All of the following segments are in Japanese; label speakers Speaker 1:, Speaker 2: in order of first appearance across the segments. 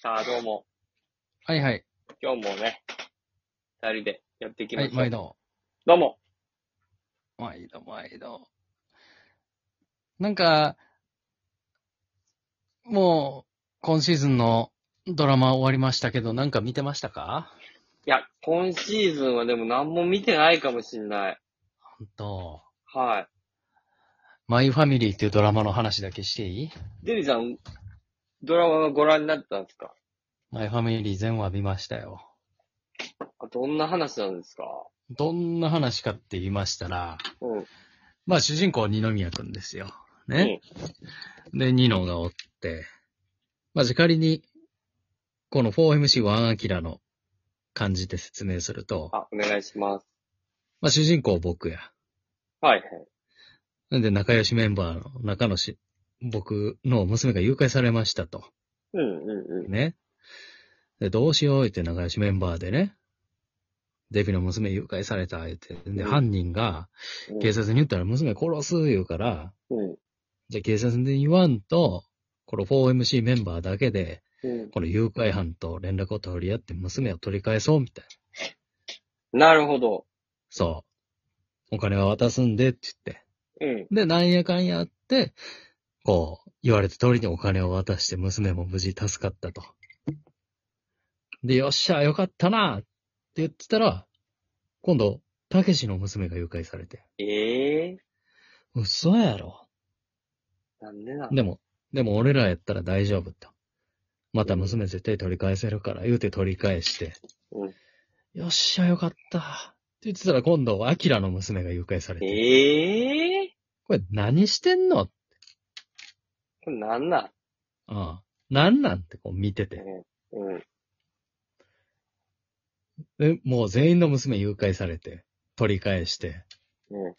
Speaker 1: さあ、どうも。
Speaker 2: はいはい。
Speaker 1: 今日もね、二人でやっていきま
Speaker 2: は
Speaker 1: しょ
Speaker 2: い、
Speaker 1: う。
Speaker 2: 毎度。
Speaker 1: どうも。
Speaker 2: 毎度、毎度。なんか、もう、今シーズンのドラマ終わりましたけど、なんか見てましたか
Speaker 1: いや、今シーズンはでも何も見てないかもしんない。
Speaker 2: ほんと、
Speaker 1: は
Speaker 2: マイファミリーっていうドラマの話だけしていい
Speaker 1: い。デビさん、ドラマはご覧になったんですか
Speaker 2: マイファミリー全話見ましたよ。
Speaker 1: あどんな話なんですか
Speaker 2: どんな話かって言いましたら、
Speaker 1: うん。
Speaker 2: まあ主人公二宮くんですよ。ね。で、ニノがおって、まず仮に、この 4MC1 アキラの感じで説明すると、
Speaker 1: あ、お願いします。
Speaker 2: まあ主人公僕や。
Speaker 1: はいはい。
Speaker 2: なんで仲良しメンバーの中のし、僕の娘が誘拐されましたと。
Speaker 1: うんうんうん。
Speaker 2: ね。で、どうしようって仲良しメンバーでね。デビの娘誘拐された言って。で、
Speaker 1: うん
Speaker 2: 犯人が
Speaker 1: うん
Speaker 2: 警察に言ったら娘殺す言うから、
Speaker 1: うん。
Speaker 2: じゃあ警察に言わんと、この 4MC メンバーだけで、
Speaker 1: う
Speaker 2: この誘拐犯と連絡を取り合って娘を取り返そうみたいな。
Speaker 1: ん。なるほど。
Speaker 2: そう。お金は渡すんでって言って。
Speaker 1: うん。
Speaker 2: で、なんやかんやあって、こう、言われた通りにお金を渡して娘も無事助かったと。で、よっしゃ、よかったなって言ってたら、今度、たけしの娘が誘拐されて。
Speaker 1: ええ
Speaker 2: 嘘やろ。
Speaker 1: なんでな
Speaker 2: でも、でも俺らやったら大丈夫と。また娘絶対取り返せるから、言うて取り返して。
Speaker 1: うん
Speaker 2: よっしゃ、よかった。って言ってたら今度、アキラの娘が誘拐されて。
Speaker 1: ええ
Speaker 2: これ何してんの
Speaker 1: これなんなん
Speaker 2: ああ。なんなんってこう見てて。
Speaker 1: うん。うん。
Speaker 2: え、もう全員の娘誘拐されて、取り返して、
Speaker 1: うん。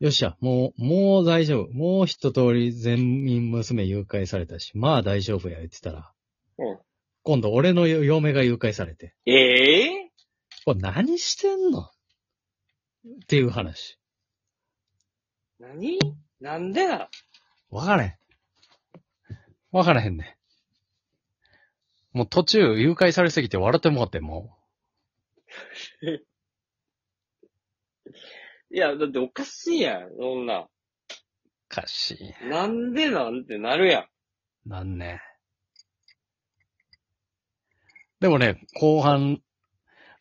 Speaker 2: よっしゃ、もう、もう大丈夫。もう一通り全員娘誘拐されたし、まあ大丈夫や、言ってたら、
Speaker 1: うん。
Speaker 2: 今度俺の嫁が誘拐されて、
Speaker 1: ええ
Speaker 2: これ何してんのっていう話。
Speaker 1: 何なんでな
Speaker 2: わからへん。わからへんね。もう途中誘拐されすぎて笑ってもうて、も
Speaker 1: いや、だっておかしいやん、そんな。
Speaker 2: う。おかしい。
Speaker 1: なんでなんてなるやん。
Speaker 2: なんね。でもね、後半、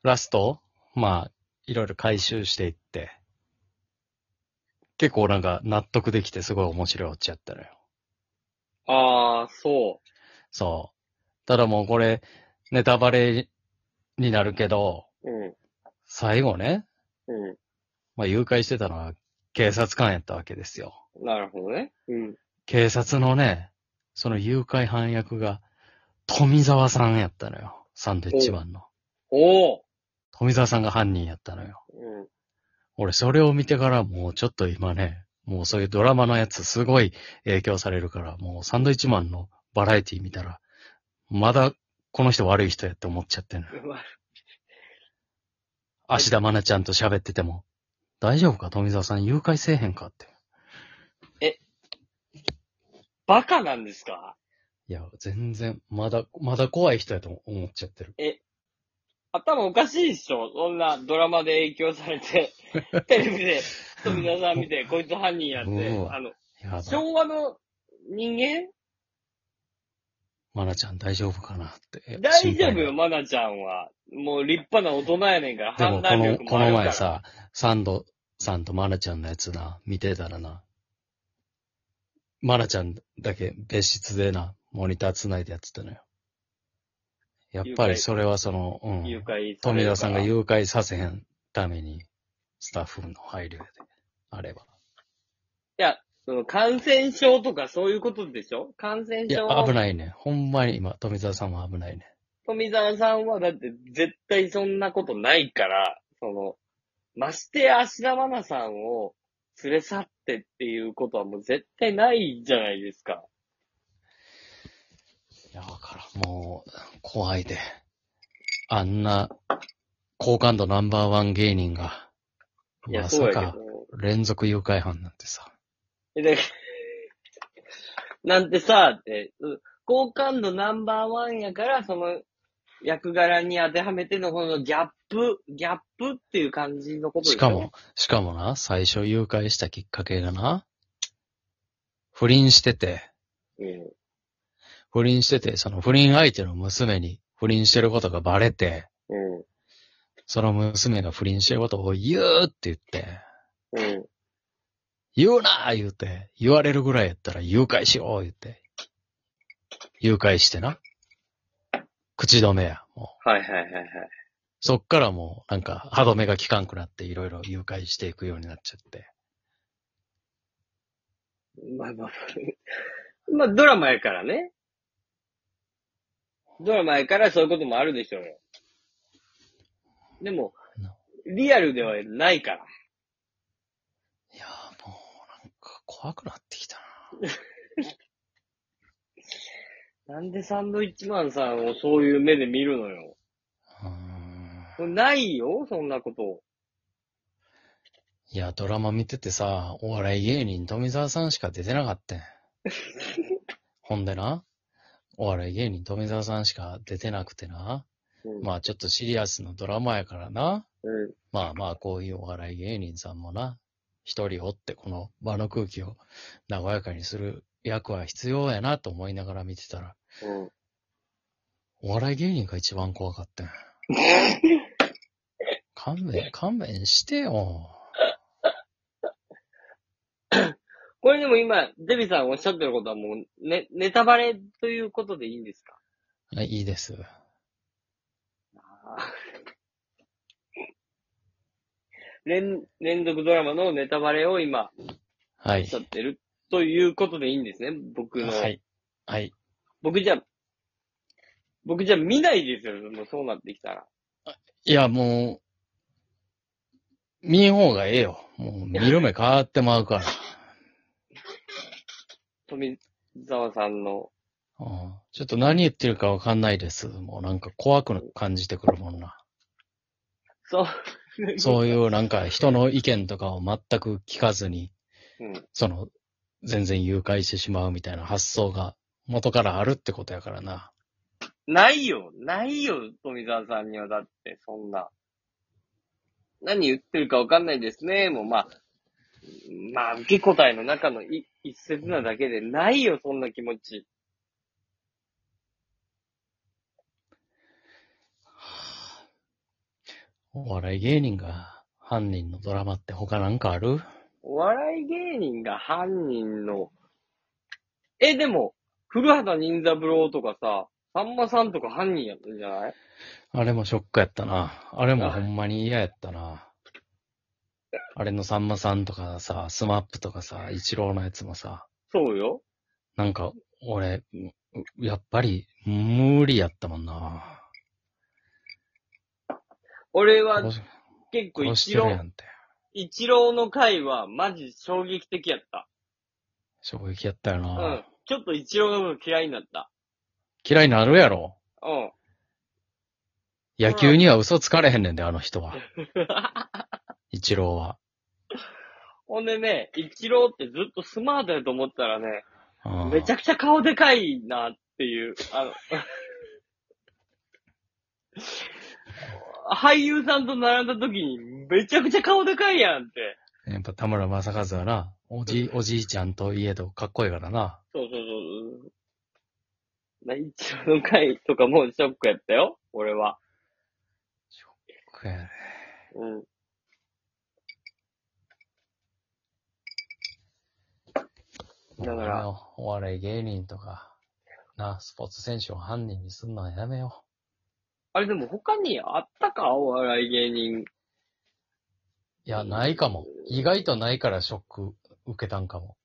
Speaker 2: ラスト、まあ、いろいろ回収していって、結構なんか納得できてすごい面白いオチやったのよ。
Speaker 1: ああ、そ
Speaker 2: そう。ただもうこれ、ネタバレになるけど、
Speaker 1: う。うん。
Speaker 2: 最後ね、
Speaker 1: う
Speaker 2: まあ誘拐してたのは警察官やったわけですよ。
Speaker 1: ん。なるほどね。うん。
Speaker 2: 警察のね、その誘拐犯役が、富澤さんやったのよ。サンドイッチマンの。
Speaker 1: おお。
Speaker 2: 富澤さんが犯人やったのよ。
Speaker 1: うん。
Speaker 2: 俺、それを見てからもうちょっと今ね、もうそういうドラマのやつすごい影響されるから、もうサンドイッチマンのバラエティ見たら、まだこの人悪い人やって思っちゃってんのよ。芦田愛菜ちゃんと喋ってても、大丈夫か富澤さん誘拐せえへんかって。
Speaker 1: バカなんですか
Speaker 2: いや、全然、まだ、まだ怖い人やと思っちゃってる。
Speaker 1: 頭おかしいでしょそんなドラマで影響され て、テレビで、富田さん見て、こいつ犯人やって
Speaker 2: う、わ
Speaker 1: あの、
Speaker 2: やばい。
Speaker 1: 昭和の人間
Speaker 2: 愛菜ちゃん大丈夫かなって。
Speaker 1: 大
Speaker 2: 心配
Speaker 1: 丈夫
Speaker 2: になる
Speaker 1: よ、マナちゃんは。もう立派な大人やねんから、
Speaker 2: で
Speaker 1: 判
Speaker 2: も、こ
Speaker 1: 断
Speaker 2: の、
Speaker 1: 力も
Speaker 2: こ
Speaker 1: あ
Speaker 2: の
Speaker 1: るから。
Speaker 2: 前さ、サンドさんとマナちゃんのやつな、見てたらな、マナちゃんだけ別室でな、モニター繋いでやってたのよ。やっぱりそれはその、う
Speaker 1: 誘
Speaker 2: ん。
Speaker 1: 拐される
Speaker 2: 富
Speaker 1: から
Speaker 2: 田さんが誘拐させへんために、スタッフの配慮で、あれば。
Speaker 1: いや、その感染症とかそういうことでしょ感染
Speaker 2: いや
Speaker 1: 症、
Speaker 2: 危ないね。ほんまに今、富澤さんは危ないね。
Speaker 1: 富澤さんはだって絶対そんなことないから、その、ましてや芦田愛菜さんを連れ去ってっていうことはもう絶対ないじゃないですか。
Speaker 2: いや、わからん。もう、怖いで。あんな、好感度ナンバーワン芸人が、
Speaker 1: いや、
Speaker 2: ま
Speaker 1: そう
Speaker 2: さ
Speaker 1: やけ
Speaker 2: か、
Speaker 1: ど。
Speaker 2: 連続 誘拐犯なんてさ。
Speaker 1: えだなんてさ、って、う好感度ナンバーワンやから、その、役柄に当てはめてのこのギャップ、ギャップっていう感じのことで
Speaker 2: し
Speaker 1: す
Speaker 2: か
Speaker 1: よね
Speaker 2: も、しかもな、最初誘拐したきっかけがな、不倫してて、
Speaker 1: うん。
Speaker 2: 不倫してて、その不倫相手の娘に不倫してることがバレて、
Speaker 1: う
Speaker 2: その娘が不倫してることを言うって言って、
Speaker 1: ん。うん。
Speaker 2: 言うなー言うて、言われるぐらいやったら誘拐しよう言って、誘拐してな。口止めや、もう。
Speaker 1: はいはいはいはい。
Speaker 2: そっからもう、なんか、歯止めが効かんくなって、いろいろ誘拐していくようになっちゃって。
Speaker 1: まあまあ まあ。まあドラマやからね。ドラマやからそういうこともあるでしょうよ。でも、リアルではないから。
Speaker 2: いやーもう、なんか、怖くなってきたな。
Speaker 1: なんでサンドイッチマンさんをそういう目で見るのよ。
Speaker 2: うーん
Speaker 1: これないよ、そんなこと。
Speaker 2: いや、ドラマ見ててさ、お笑い芸人富澤さんしか出てなかったん。ほんでな、お笑い芸人富澤さんしか出てなくてな、
Speaker 1: うん。
Speaker 2: まあちょっとシリアスのドラマやからな、
Speaker 1: うん。
Speaker 2: まあまあこういうお笑い芸人さんもな、一人おってこの場の空気を和やかにする役は必要やなと思いながら見てたら、
Speaker 1: うん。
Speaker 2: お笑い芸人が一番怖かったん。勘弁、勘弁してよ。
Speaker 1: これでも今、デビさんおっしゃってることはもう、ね、ネタバレということでいいんですか
Speaker 2: あいいです。
Speaker 1: 連、連続ドラマのネタバレを今、
Speaker 2: は
Speaker 1: おっ
Speaker 2: い
Speaker 1: しゃ。ってるということでいいんですね、僕の。
Speaker 2: はい。はい。
Speaker 1: 僕じゃ、僕じゃ見ないですよ、もうそうなってきたら。
Speaker 2: いや、もう、見ん方がええよ。もう、見る目変わってまう から。
Speaker 1: 富澤さんの。
Speaker 2: うんちょっと何言ってるかわかんないです。もうなんか怖く感じてくるもんな。
Speaker 1: そう。
Speaker 2: そういうなんか人の意見とかを全く聞かずに、
Speaker 1: うん。
Speaker 2: その、全然誘拐してしまうみたいな発想が元からあるってことやからな。
Speaker 1: ないよ、ないよ、富澤さんには。だって、そんな。何言ってるかわかんないですね。もう、まあ、まあ、受け答えの中のい一節なだけで、ないよ、そんな気持ち。
Speaker 2: お笑い芸人が犯人のドラマって他なんかある
Speaker 1: お笑い芸人が犯人の、え、でも、古畑任三郎とかさ、さんまさんとか犯人やったんじゃない
Speaker 2: あれもショックやったな。あれもほんまに嫌やったな。あれのさんまさんとかさ、スマップとかさ、一郎のやつもさ、
Speaker 1: そうよ。
Speaker 2: なんか、俺、うやっぱり、無理やったもんな。
Speaker 1: 俺は
Speaker 2: 殺し
Speaker 1: 結構
Speaker 2: 殺し
Speaker 1: 一
Speaker 2: てるや
Speaker 1: 郎、
Speaker 2: んって。
Speaker 1: 一郎の回はマジ衝撃的やった。
Speaker 2: 衝撃やったよ
Speaker 1: う
Speaker 2: な。
Speaker 1: ん。ちょっと一郎のこと嫌いになった。
Speaker 2: 嫌いになるやろ。
Speaker 1: うん。
Speaker 2: 野球には嘘つかれへんねんで、あの人 は。一郎は。
Speaker 1: ほんでね、一郎ってずっとスマートやと思ったらね、
Speaker 2: うん
Speaker 1: めちゃくちゃ顔でかいなっていう、あの、 俳優さんと並んだ時に、めちゃくちゃ顔でかいやんって。
Speaker 2: やっぱ田村正和はな、おじ、おじいちゃんといえどかっこいいからな。
Speaker 1: そうそうそうそう。な、一応の回とかもうショックやったよ、俺は。
Speaker 2: これ
Speaker 1: うん。だから
Speaker 2: あのお笑い芸人とか、な、スポーツ選手を犯人にすんのはやめよ
Speaker 1: あれでも他にあったかお笑い芸人。
Speaker 2: う。いや、ないかも。意外とないからショック受けたんかも。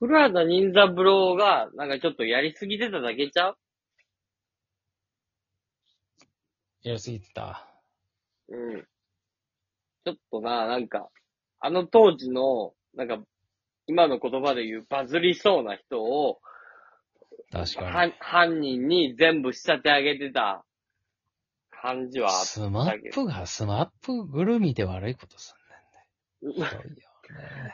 Speaker 1: 古畑任三郎が、なんかちょっとやりすぎてただけちゃう
Speaker 2: やりすぎてた。
Speaker 1: うん。ちょっとな、なんか、あの当時の、なんか、今の言葉で言うバズりそうな人を、
Speaker 2: 確か
Speaker 1: は
Speaker 2: に。
Speaker 1: 犯人に全部仕立て上げてた感じはあっ
Speaker 2: スマップがスマッ プぐるみで悪いことすんねんね。ひどいよね。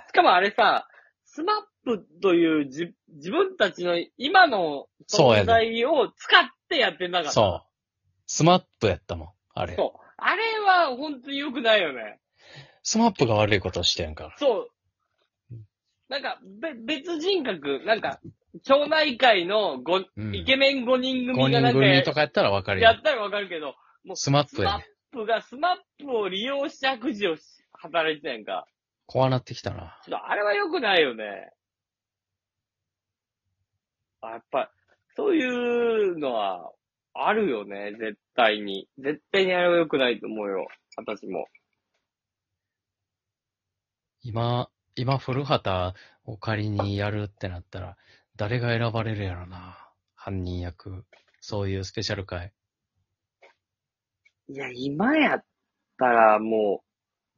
Speaker 1: しかもあれさ、スマップというじ自分たちの今の
Speaker 2: そうやね
Speaker 1: 存在を使ってやってなかった。
Speaker 2: そう。スマップやったもん、あれ。
Speaker 1: そう。あれは本当に良くないよね。
Speaker 2: スマップが悪いことしてんから。
Speaker 1: そう。なんか、べ、別人格、なんか、町内会のご、
Speaker 2: うん
Speaker 1: イケメン5人
Speaker 2: 5
Speaker 1: 組がな
Speaker 2: 人
Speaker 1: んか
Speaker 2: 組
Speaker 1: や
Speaker 2: とかやったらわかる
Speaker 1: や
Speaker 2: よ
Speaker 1: っ。たらわかるけど、もう
Speaker 2: スマッ
Speaker 1: ス
Speaker 2: プや
Speaker 1: マッ
Speaker 2: ね。
Speaker 1: プがスマップを利用して悪事をし働いてたやんか。
Speaker 2: 怖なってきたな。
Speaker 1: ちょっとあれは良くないよね。あ、やっぱ、そういうのは、あるよね、絶対に。絶対にあれは良くないと思うよ。私も。
Speaker 2: 今、今、古畑を仮にやるってなったら、誰が選ばれるやろな。犯人役。そういうスペシャル回。
Speaker 1: いや、今やったらも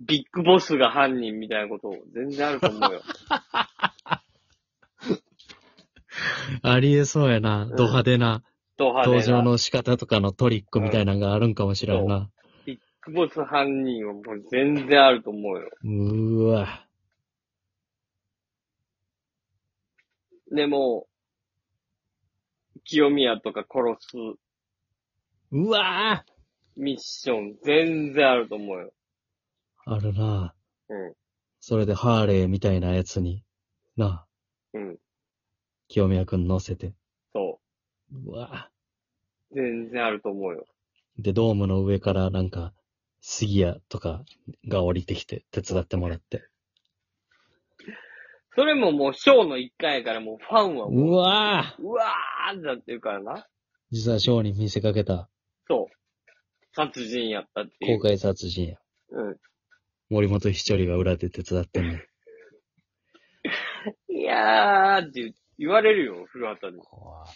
Speaker 1: う、ビッグボスが犯人みたいなこと、全然あると思う よ。
Speaker 2: ありえそうやな。
Speaker 1: ん
Speaker 2: ド派手な、
Speaker 1: ド派
Speaker 2: 登
Speaker 1: 手な
Speaker 2: 場の仕方とかのトリックみたいなのがあるんかもしれんな。
Speaker 1: ビッグボス犯人はもう全然あると思うよ。
Speaker 2: うーわ。
Speaker 1: でも、清宮とか殺す
Speaker 2: うわ
Speaker 1: ミッション全然あると思うよ。
Speaker 2: ーあるな。
Speaker 1: うん。
Speaker 2: それでハーレーみたいなやつに、な、
Speaker 1: うん。
Speaker 2: 清宮くん乗せて。
Speaker 1: そう
Speaker 2: わ
Speaker 1: う。全然あると思うよ。
Speaker 2: ーで、ドームの上からなんか、杉谷とかが降りてきて、手伝ってもらって。
Speaker 1: それももうショーの一回やからもうファンはも
Speaker 2: う
Speaker 1: う、
Speaker 2: わー
Speaker 1: うわーってなってるからな。
Speaker 2: 実はショーに見せかけた
Speaker 1: そう。殺人やったってい
Speaker 2: 公
Speaker 1: う。
Speaker 2: 開殺人や。
Speaker 1: うん。
Speaker 2: 森本ひちょりが裏で手伝ってんの。
Speaker 1: いやーって言われるよ、古畑に。
Speaker 2: 怖